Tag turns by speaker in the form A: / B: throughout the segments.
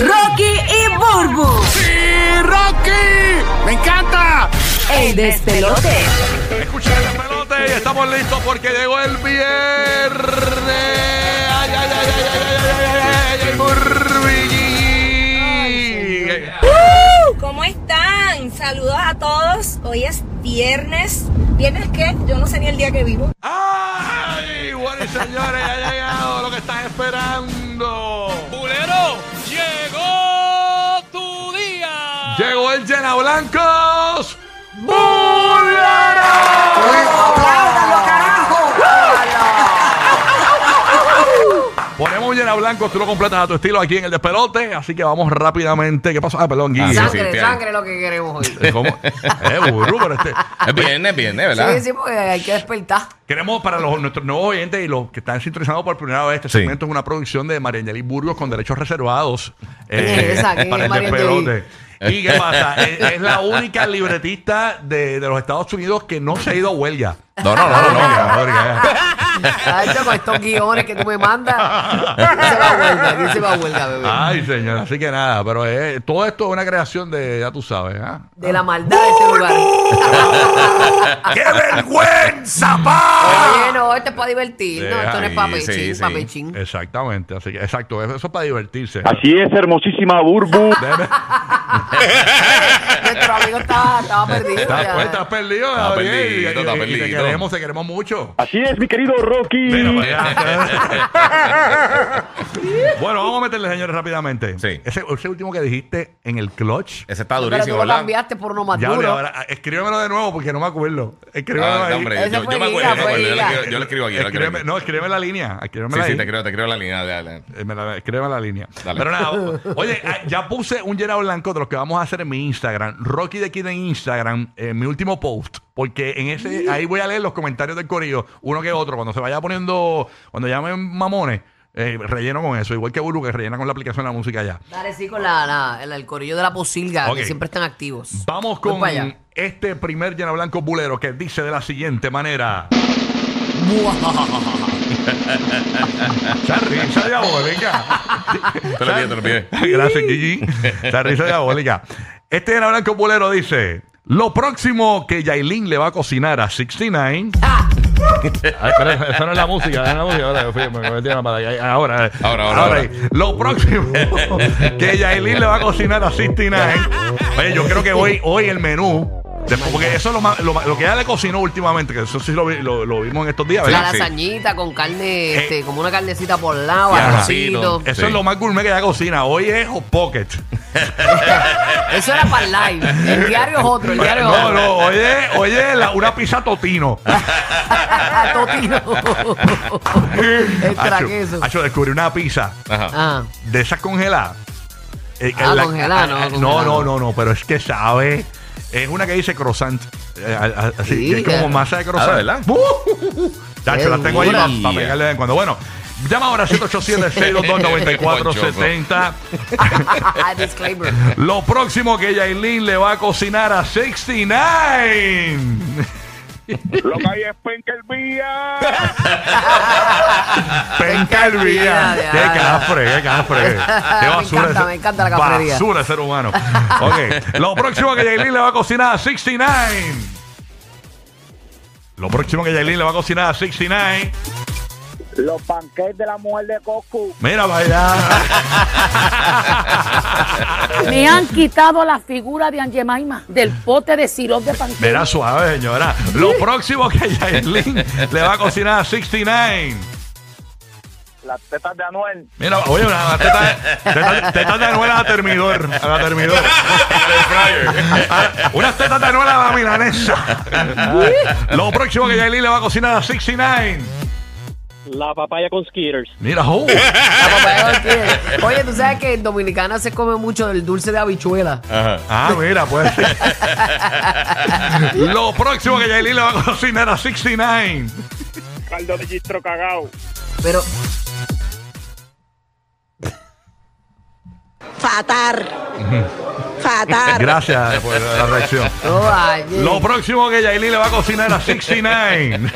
A: Rocky y Burbu.
B: ¡Sí, Rocky! ¡Me encanta!
A: El despelote.
B: Escuchen el pelote y estamos listos porque llegó el viernes. ¡Ay, ay, ay, ay, ay, ay, ay, ay, ay, ay, ay, Burbi!
C: ¿Cómo están? Saludos a todos. Hoy es viernes. ¿Viernes qué? Yo no sé ni el día que vivo.
B: ¡Ay! Bueno, y señores, ya ha llegado lo que estás esperando.
D: Bulero, llegó tu día.
B: Llegó el Llena Blancos. ¡Bulero!
A: ¡Apláudalo, carajo!
B: Ponemos un Llena Blancos, tú lo completas a tu estilo aquí en el despelote. Así que vamos rápidamente. ¿Qué pasó? Ah, perdón, Guille.
D: Ah, sí,
E: Sangre,
D: sí,
E: sangre lo que queremos hoy.
B: ¿Cómo? Eh, burro, pero este.
D: Es viernes, viernes, ¿verdad?
E: Ah. Sí, sí, porque hay que despertar.
B: Queremos para los, nuestros nuevos oyentes y los que están sintonizados por primera vez, este
D: Sí.
B: segmento es una producción de Marianelli Burgos con derechos reservados. eh,
E: es esa? ¿Quién es
B: para el
E: Mariangeli?
B: despelote. ¿Y qué pasa? es, es la única libretista de, de los Estados Unidos que no se ha ido a huelga.
D: No, no, Ah, no, no,
E: Ah.
D: no.
E: Ha hecho con estos guiones que tú me mandas. Aquí se va a huelga, aquí se va a huelga, bebé.
D: Ah.
B: Ay, señor, así que nada, pero eh, todo esto es una creación de, ya tú sabes, ¿ah?
E: De la maldad de este lugar.
B: ¡Qué vergüenza, pa!
E: Oye, no, esto es para divertir. No, esto no es para
D: Sí, sí,
E: pechín,
D: sí.
E: para pechín.
B: Exactamente, así que, exacto, eso, eso es para divertirse.
F: Así es, hermosísima Burbu.
B: Deme-
E: Nuestro amigo estaba, estaba perdido.
B: Estás
E: ya.
B: pues, estás perdido,
D: Está
B: Gabriel,
D: perdido,
B: y- y-
D: está
B: y
D: perdido.
B: Te queremos, te queremos mucho.
F: Así es, mi querido Rocky.
B: Mira para allá. bueno, vamos a meterle, señores, rápidamente.
D: Sí. Eh,
B: Ese, ese último que dijiste en el clutch.
D: Ese está
E: Pero tú
D: durísimo,
E: lo
D: ¿verdad? Ah,
E: cambiaste por uno más
B: Ya,
E: duro.
B: ahora, a- escríbemelo de nuevo porque no me acuerdo. Escríbemelo
D: Ah,
B: ahí.
D: hombre,
E: Ese
D: yo,
E: fue
D: yo me
E: Giga,
D: acuerdo, yo,
E: fue
D: me acuerdo, yo le
E: Giga.
D: escribo- yo le escribo aquí. yo le escribo
B: Escríbeme-
D: aquí.
B: no, escríbeme la línea. Escríbemela
D: Sí, sí,
B: ahí.
D: te creo, te creo la línea. dale, dale.
B: Eh, me la- escríbeme la línea.
D: Dale.
B: Pero nada, oye, ah, ya puse un llena blanco de los que vamos a hacer en mi Instagram. Rocky de Kid en Instagram, eh, mi último post. Porque en ese, ahí voy a leer los comentarios del corillo, uno que otro. Cuando se vaya poniendo, cuando llamen mamones, eh, relleno con eso. Igual que Buru, que rellena con la aplicación de la música ya.
E: Dale, sí, con la, la- el, el corillo de la posilga,
B: Ok.
E: que siempre están activos.
B: Vamos
E: Voy
B: con
E: pa' allá.
B: este primer llena blanco bulero que dice de la siguiente manera. Charly, risa diabólica.
D: Te lo pide, te lo pide.
B: Gracias, Gigi. La risa diabólica. Este llena blanco bulero dice: Lo próximo que Yailin le va a cocinar a 69. Ay, espera, esa no es la música, esa no es la música. Ahora, fui, me metí en la mala. Ay, ahora,
D: Ahora, ahora, ahora.
B: Lo próximo que Yailin le va a cocinar a 69. Oye, yo creo que hoy, hoy el menú. después- porque eso es lo, más- lo, más- lo que ella le cocinó últimamente, que eso sí lo, vi- lo- lo vimos en estos días,
E: La
B: ¿verdad?
D: sí.
E: lasañita con carne, este,
B: Eh.
E: como una carnecita por lado,
B: Ajá.
E: arrocito.
B: Eso
D: Sí.
B: es lo más gourmet que ella cocina. Hoy es Hot Pocket.
E: Eso era para el live. El diario es otro, el diario es
B: No,
E: otro.
B: no, oye, oye, la- una pizza totino.
E: Totino. Extra
B: Acho,
E: queso.
B: acho, descubrí una pizza
D: Ajá.
E: Ah,
B: de esas congeladas. Eh,
E: Ah,
B: en
E: congelada, no,
B: eh, No,
E: congelada.
B: no, no, no, pero es que sabe. Es una que dice croissant. eh, a- a- así,
E: Sí,
B: que es como
E: claro.
B: masa de croissant.
D: Ah, ¿verdad?
B: ¡Uh! Chacho,
E: Qué
B: las tengo ahí
E: dura.
B: para pegarle de vez en cuando. Bueno, llama ahora 787-622-9470.
E: Ah, disclaimer.
B: Lo próximo que Yailin le va a cocinar a 69.
F: Lo que hay es penquerbía.
B: Penca
E: Penca el
B: el día.
E: día,
B: Qué
E: ya.
B: cafre, qué cafre. Qué
E: Me
B: basura.
E: encanta,
B: ese-
E: me encanta la cafrería.
B: Basura ser humano. Ok. Lo próximo que Yailin le va a cocinar a 69. Lo próximo que Yailin le va a cocinar a 69.
F: Los panqueques de la mujer de Goku.
B: Mira, vaya.
G: Me han quitado la figura de Angemaima del pote de sirope de pancake.
B: Mira, suave, señora. Lo próximo que Yailin le va a cocinar a 69.
F: Las tetas de Anuel.
B: Mira, oye, una teta, teta, tetas de anuela a termidor. A la termidor. Ah, Unas tetas de nueva a la milanesa. Lo próximo que Yailin le va a cocinar a 69.
H: La papaya con skitters.
B: Mira, oh.
E: La papaya contiene. Oye, tú sabes que en Dominicana se come mucho el dulce de habichuela.
D: Ajá.
B: Ah, mira, pues. Lo próximo que Yailin le va a cocinar a 69.
F: Caldo de gistro cagao.
E: Pero
B: Gracias eh, por la reacción.
E: no vaya.
B: Lo próximo que Yailin le va a cocinar a 69.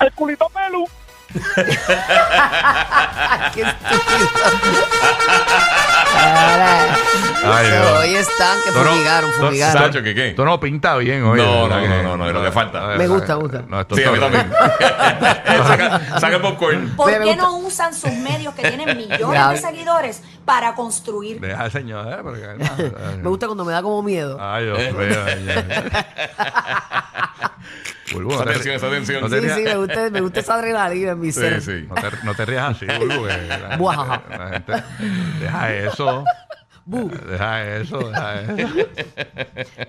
F: El culito pelu.
E: Qué estúpido. están, que
B: No, no.
E: fumigaron,
B: No,
E: fumigaron.
D: Sacho, ¿qué qué?
B: Tú no pinta bien, oye.
D: No, no, no, no, no, es lo que falta.
E: Me gusta, me gusta.
B: No, esto
D: Sí, a mí
B: está-
D: también. saca, saca el popcorn.
E: Me
I: ¿Por qué
E: gusta.
I: no usan sus medios que tienen millones
E: Ya.
I: de seguidores para construir?
B: Deja al señor, ¿eh? Porque,
E: Me gusta cuando me da como miedo.
B: Ay,
D: Eh.
B: Dios mío. ay, Dios mío. Bulbu, no te
D: Atención,
B: rías-
D: atención.
B: No te
E: Sí,
B: rías-
E: sí, me gusta, me gusta esa adrenalina en mi
D: Sí,
E: ser.
D: sí.
B: no te- no te rías así, Bulbu. que la-
E: Buajaja.
B: la gente- Deja eso.
E: Bu.
B: Deja eso, deja eso.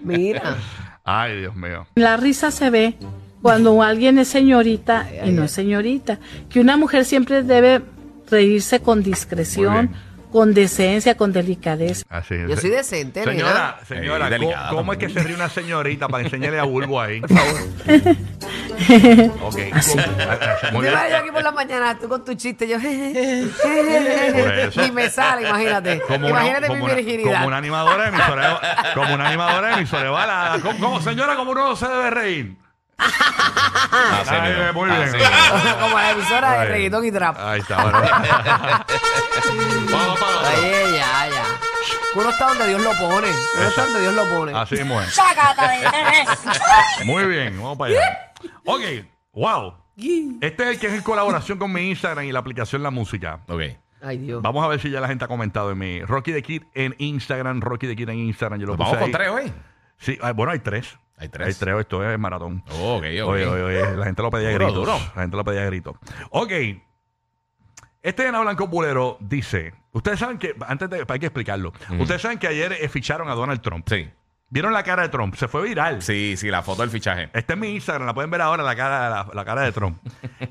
E: Mira.
B: Ah. Ay, Dios mío.
J: La risa se ve cuando alguien es señorita y no es señorita. Que una mujer siempre debe reírse con
B: Muy
J: discreción,
B: bien.
J: con decencia, con delicadeza.
B: Así
E: Yo soy decente, nena.
B: Señora, señora, ¿cómo-
D: Sí, delicada
B: ¿cómo, es que
D: también.
B: se ríe una señorita para enseñarle a Bulbo ahí? Ok. Muy
E: Te
B: bien.
E: vaya yo aquí por la mañana, tú con tu chiste, yo.
B: eso.
E: y me sale, imagínate.
B: Como una,
E: imagínate
B: como,
E: mi
B: una,
E: virginidad.
B: como una animadora de emisora de- como una animadora de emisora de balada. ¿Cómo, cómo, señora, como uno no se debe reír?
D: Así
B: Ay,
D: mismo,
B: muy bien.
D: así mismo.
E: Como la emisora de
B: Ay. Ah.
E: reggaetón y trap.
B: Ahí está, bueno.
D: Vamos, vamos.
E: Oye, ya, ya. Uno está donde Dios lo pone. Uno está donde Dios lo pone.
B: Así mismo es.
I: Chácata de tres.
B: Muy bien, vamos para allá. Ok, wow. Este es el que es en colaboración con mi Instagram y la aplicación La Música.
D: Ok.
E: Ay, Dios.
B: Vamos a ver si ya la gente ha comentado en mi Rocky the Kid en Instagram, Rocky the Kid en Instagram. Yo lo
D: Nos vamos
B: puse
D: con
B: ahí.
D: tres hoy.
B: Sí, ah, bueno, hay tres.
D: Hay tres.
B: Hay tres, esto es maratón.
D: Oh, ok, ok.
B: Oye, oye, oye, la gente lo pedía a
D: Duro,
B: gritos.
D: duro.
B: La gente lo pedía a gritos. Ok. Este Ana Blanco Pulero dice, ustedes saben que, antes de, hay que explicarlo, ustedes saben que ayer eh, ficharon a Donald Trump.
D: Sí.
B: ¿Vieron la cara de Trump? Se fue viral.
D: Sí, sí, la foto del fichaje.
B: Este es mi Instagram, la pueden ver ahora la cara, la, la cara de Trump.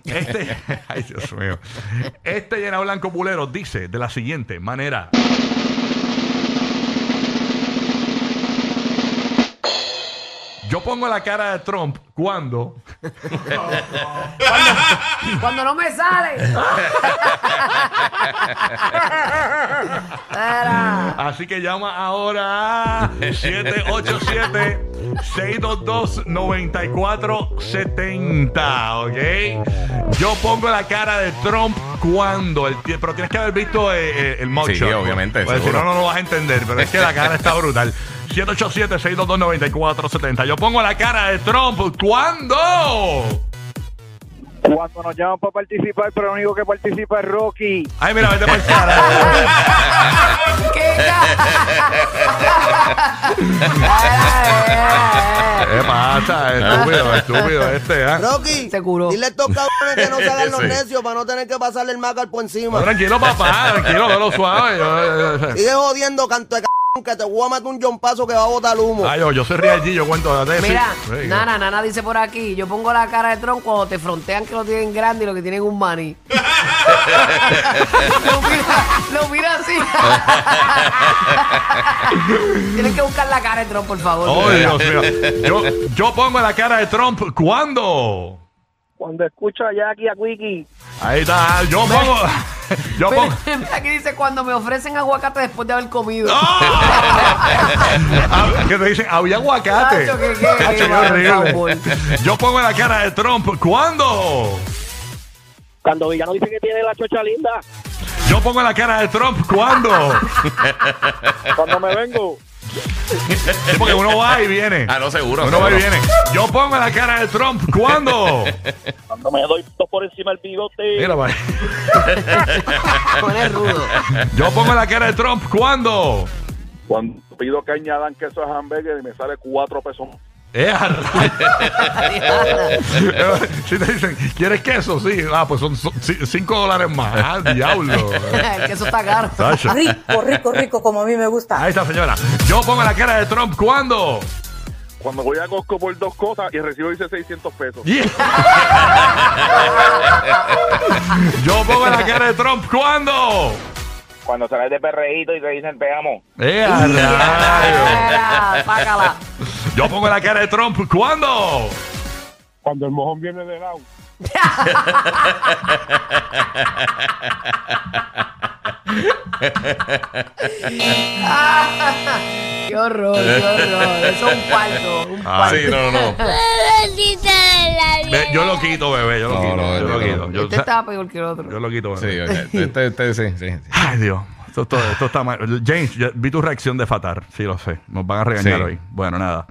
B: Este, ay Dios mío. Este llena blanco pulero dice de la siguiente manera. Yo pongo la cara de Trump cuando
E: Cuando no me sale. Era.
B: Así que llama ahora a 787-622-9470. ¿Ok? Yo pongo la cara de Trump cuando. El, tie- pero tienes que haber visto eh, eh, el mock
D: Sí, obviamente,
B: Pues, si
D: seguro.
B: no, no lo vas a entender. Pero es que la cara está brutal. 787-622-9470. Yo pongo la cara de Trump cuando.
F: Cuando nos llaman para participar, pero el único que participa es Rocky.
B: Ay, mira, vete para cara.
E: ¿Qué eh, era?
B: ¿Qué pasa? Estúpido, estúpido este, ¿ah?
K: Rocky,
E: Se curó.
K: dile a estos cabrones que no se hagan los
D: Sí.
K: necios para no tener que pasarle el macal por
B: No,
K: encima.
B: tranquilo, papá, tranquilo, velo suave. Yo- yo- yo-
K: Sigue jodiendo, canto de c que te voy a matar un jompazo que va a botar humo.
B: Ay, yo, yo soy real G, yo cuento. de-
E: Mira,
B: sí.
E: Nana, Nana dice por aquí, yo pongo la cara de Trump cuando te frontean que lo tienen grande y lo que tienen es un maní. lo, mira, lo mira así. Tienes que buscar la cara de Trump, por favor.
B: Oh, Dios mío. Yo, yo pongo la cara de Trump. ¿Cuándo?
F: Cuando escucho a Jackie, a Quickie,
B: Ahí está. Yo pongo. Yo pongo.
E: Mira, aquí dice cuando me ofrecen aguacate después de haber comido.
B: Ah, que te dicen, había aguacate.
E: Tacho, que- que-
B: Tacho,
E: que-
B: qué
E: que-
B: horrible.
E: Cowboy.
B: Yo pongo la cara de Trump. ¿Cuándo?
F: cuando Villano dice que tiene la chocha linda,
B: Yo pongo la cara de Trump. ¿Cuándo?
F: cuando me vengo.
B: Sí, porque uno va y viene.
D: Ah, no, seguro.
B: Uno va y
D: seguro.
B: viene. Yo pongo la cara de Trump. ¿Cuándo?
F: Cuando me doy dos por encima del bigote.
B: Mira, va.
E: Con el rudo.
B: Yo pongo la cara de Trump. ¿Cuándo?
F: Cuando pido que añadan queso a hamburger y me sale cuatro pesos.
B: Eh, a rayos. si te dicen, ¿quieres queso? Sí, ah, pues son 5 dólares más. Ah, diablo.
E: el queso está caro.
B: Tacho.
I: Rico, rico, rico, como a mí me gusta.
B: Ahí está, señora. Yo pongo la cara de Trump cuando.
F: Cuando voy a Costco por dos cosas y recibo dice 600 pesos.
B: Yeah. Yo pongo la cara de Trump cuando.
F: Cuando sales de perreíto y te dicen te amo.
B: Eh, a rayos.
E: Era, págala.
B: Yo pongo la cara de Trump cuando.
F: Cuando el mojón viene de lado.
E: Qué horror, qué horror. Eso es un palco. Un palco.
B: Ah,
D: Sí, no, no, no.
B: Ve, Yo lo quito, bebé. Yo lo
D: No,
B: quito.
D: no,
B: yo, lo
D: no.
B: quito. Yo,
E: este estaba peor que el otro.
B: yo lo quito,
D: Sí,
B: bebé.
D: oye, este, este, este, sí, sí, sí.
B: Ay, Dios. Esto, esto- esto está mal. James, yo vi tu reacción de fatar. Sí, lo sé. Nos van a regañar
D: Sí.
B: hoy. Bueno, nada.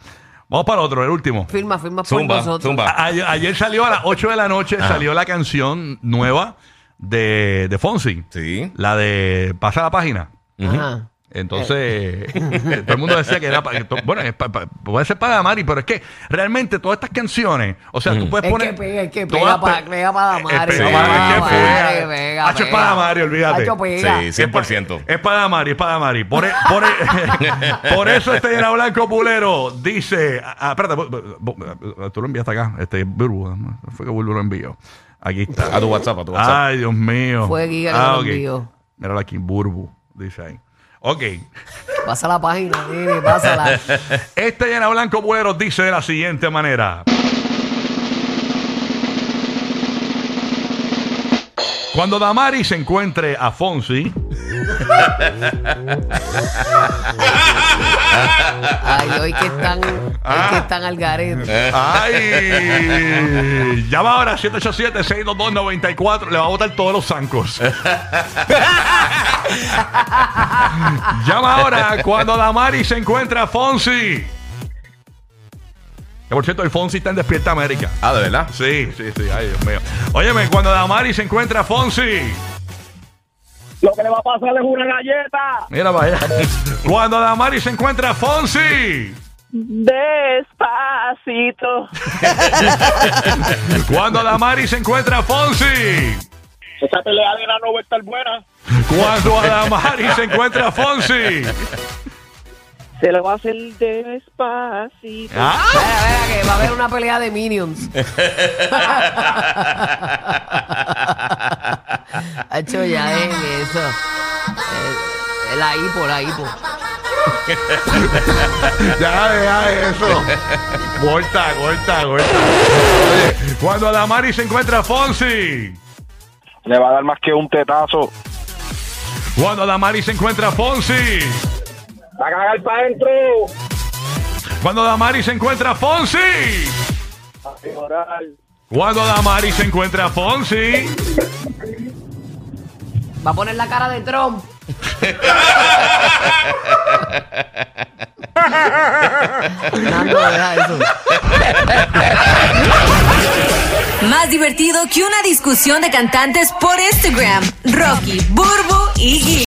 B: Vamos para el otro, el último.
E: Firma, firma
D: Zumba,
E: por nosotros.
D: zumba.
B: A- ayer, ayer salió a las 8 de la noche,
D: Ah.
B: salió la canción nueva de, de Fonsi.
D: Sí.
B: La de Pasa la página.
E: Ajá.
B: Entonces,
D: Eh.
B: todo el mundo decía que era para. Bueno, es pa- pa- puede ser para Damari, pero es que realmente todas estas canciones. O sea,
D: Mm.
B: tú puedes
E: Es
B: poner.
E: que pega, es que
B: todas
E: pega pa-
B: pe-
E: pega pa' Damari,
B: Es pega
D: sí,
B: pa' Damari,
D: pega,
B: es que
D: pega,
B: pega.
E: pega,
B: Hacho, es
E: pega.
B: para Damari, olvídate.
E: Hacho,
D: Sí,
E: pega.
D: 100%.
B: Es para Damari, es para Damari. Por, e- por, e- por eso este llena blanco pulero dice. ah, espérate, bu- bu- bu- tú lo enviaste acá. Este Burbu, ¿no? fue que Burbu lo envió. Aquí está.
D: A tu WhatsApp, a tu WhatsApp.
B: Ay, Dios mío. Ah,
E: Fue Giga que lo
B: ok.
E: envió.
B: Míralo aquí, Burbu, dice ahí. Ok.
E: Pasa la página, nene, pásala.
B: Este llena blanco pulero dice de la siguiente manera. Cuando Damari se encuentre a Fonsi,
E: Ay, hoy que están, hoy
B: Ah.
E: que están al
B: Eh.
E: garete.
B: ¡Ay! Llama ahora 787-622-94. Le va a botar todos los zancos. Llama ahora cuando Damari se encuentra a Fonsi. Que por cierto, hoy Fonsi está en Despierta América.
D: Ah, de verdad.
B: Sí, sí, sí. Ay, Dios mío. Óyeme, cuando Damari se encuentra a Fonsi.
F: Lo que le va a pasar es una galleta.
B: Mira, vaya. Cuando Damari se encuentra a Fonsi.
H: Despacito.
B: Cuando Damari se encuentra a Fonsi.
F: Esa pelea de la no va a estar buena.
B: Cuando Adamari se encuentra a Fonsi.
H: Se lo va a hacer despacito.
B: Ah,
E: Espera, espera, que va a haber una pelea de Minions.
D: Ah.
E: Hacho, ya es eso. Eh, La hipo, la hipo.
B: ya, deja eso. Corta, corta, corta. Oye, Cuando Adamari se encuentra a Fonsi.
F: Le va a dar más que un tetazo.
B: Cuando Adamari se encuentra a Fonsi.
F: Va a cagar para adentro.
B: Cuando Adamari se encuentra a Fonsi.
F: A llorar.
B: Cuando Adamari se encuentra a Fonsi.
E: Va a poner la cara de Trump. Nando, deja eso.
A: Más divertido que una discusión de cantantes por Instagram. Rocky, Burbu y Giga.